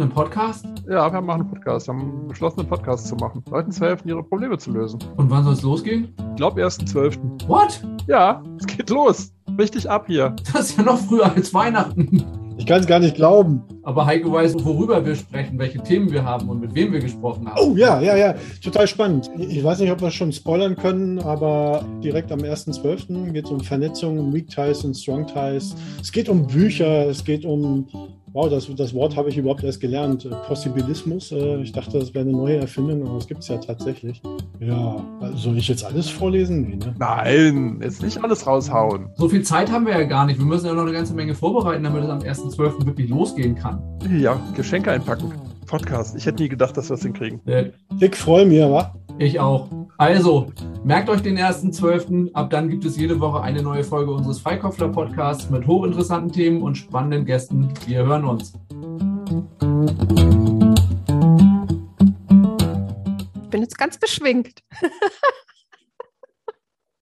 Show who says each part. Speaker 1: einen Podcast?
Speaker 2: Ja, wir machen einen Podcast. Wir haben beschlossen, einen Podcast zu machen. Leuten zu helfen, ihre Probleme zu lösen.
Speaker 1: Und wann soll es losgehen?
Speaker 2: Ich glaube, 1.12.
Speaker 1: What?
Speaker 2: Ja, es geht los. Richtig ab hier.
Speaker 1: Das ist ja noch früher als Weihnachten.
Speaker 3: Ich kann es gar nicht glauben.
Speaker 1: Aber Heike weiß, worüber wir sprechen, welche Themen wir haben und mit wem wir gesprochen haben.
Speaker 3: Oh ja, ja, ja, total spannend. Ich weiß nicht, ob wir schon spoilern können, aber direkt am 1.12. geht es um Vernetzung, um Weak Ties und Strong Ties. Es geht um Bücher, es geht um, wow, das, das Wort habe ich überhaupt erst gelernt, Possibilismus. Äh, Ich dachte, das wäre eine neue Erfindung, aber es gibt es ja tatsächlich. Ja, soll ich jetzt alles vorlesen? Nee, ne?
Speaker 2: Nein, jetzt nicht alles raushauen.
Speaker 1: So viel Zeit haben wir ja gar nicht. Wir müssen ja noch eine ganze Menge vorbereiten, damit es am 1.12. wirklich losgehen kann.
Speaker 2: Ja, Geschenke einpacken. Podcast. Ich hätte nie gedacht, dass wir es hinkriegen.
Speaker 1: Äh,
Speaker 3: Dick, freu mir, wa?
Speaker 1: Ich auch. Also, merkt euch den 1.12. Ab dann gibt es jede Woche eine neue Folge unseres Freikopfler-Podcasts mit hochinteressanten Themen und spannenden Gästen. Wir hören uns.
Speaker 4: Ich bin jetzt ganz beschwingt.